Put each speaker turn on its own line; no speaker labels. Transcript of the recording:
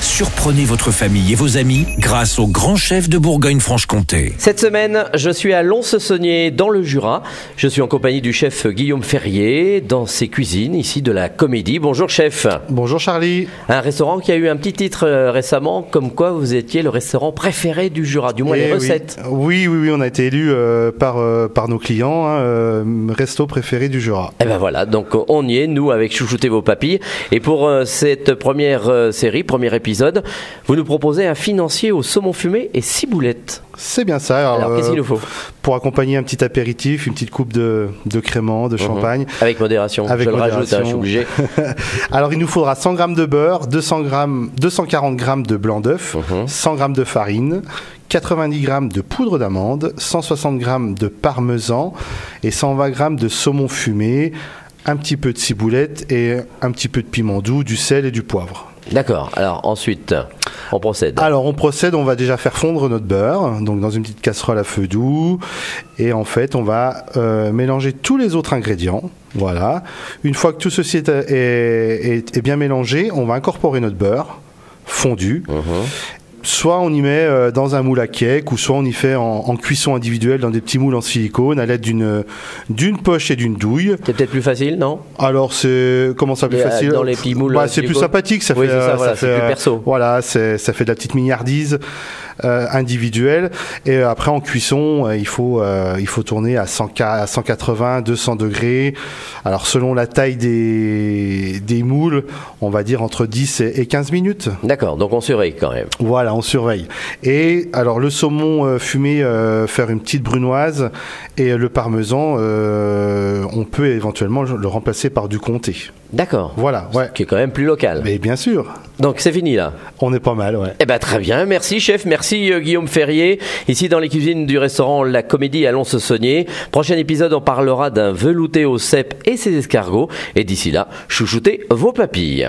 Surprenez votre famille et vos amis grâce au grand chef de Bourgogne-Franche-Comté.
Cette semaine, je suis à Lons-Saunier, dans le Jura. Je suis en compagnie du chef Guillaume Ferrier, dans ses cuisines, ici de la Comédie. Bonjour chef
Bonjour Charlie.
Un restaurant qui a eu un petit titre euh, récemment, comme quoi vous étiez le restaurant préféré du Jura, du moins
Eh
les
oui.
recettes.
Oui, oui, oui, on a été élu euh, par, euh, par nos clients, hein, euh, resto préféré du Jura.
Et ben voilà, donc euh, on y est, nous, avec Chouchoutez vos papilles. Et pour euh, cette première euh, série, premier épisode, vous nous proposez un financier au saumon fumé et ciboulette.
C'est bien ça.
Alors, qu'est-ce qu'il
euh,
nous faut
Pour accompagner un petit apéritif, une petite coupe de, de crément,
Mhm.
de champagne.
Avec modération,
Avec
je le rajoute,
modération.
hein, je suis obligé.
Alors, il nous faudra 100 grammes de beurre, 200 grammes, 240 grammes de blanc d'œuf,
Mhm.
100 grammes de farine, 90 grammes de poudre d'amande, 160 grammes de parmesan et 120 grammes de saumon fumé, un petit peu de ciboulette et un petit peu de piment doux, du sel et du poivre.
D'accord, alors ensuite, on procède.
Alors on procède, on va déjà faire fondre notre beurre, donc dans une petite casserole à feu doux, et en fait on va euh, mélanger tous les autres ingrédients. Voilà. Une fois que tout ceci est, est- est- est bien mélangé, on va incorporer notre beurre fondu.
Mhm.
Soit on y met euh, dans un moule à cake, ou soit on y fait en, en cuisson individuelle dans des petits moules en silicone à l'aide d'une d'une poche et d'une douille.
C'est peut-être plus facile, non
Alors c'est comment ça plus
Les, euh,
facile
dans les petits moules,
Bah,
euh,
c'est plus
silicone.
sympathique, ça
Oui,
fait
c'est ça,
euh,
voilà, c'est
fait,
plus
euh,
perso.
Voilà, c'est ça fait de la petite milliardise euh, individuelle et euh, après en cuisson, euh, il faut euh, il faut tourner à 100 ca- à 180 200 degrés. Alors selon la taille des des moules, on va dire entre 10 et et 15 minutes.
D'accord, donc on surveille quand même.
Voilà, on surveille. Et alors le saumon euh, fumé, euh, faire une petite brunoise et euh, le parmesan, euh, on peut éventuellement le remplacer par du comté.
D'accord.
Voilà, ouais.
Qui est quand même plus local.
Mais bien sûr,
Donc c'est fini là.
on est pas mal, ouais.
Eh ben très bien, merci chef, merci euh, Guillaume Ferrier, ici dans les cuisines du restaurant La Comédie à Lons-Saunier. Prochain épisode, on parlera d'un velouté au cèpe et ses escargots. Et d'ici là, chouchoutez vos papilles.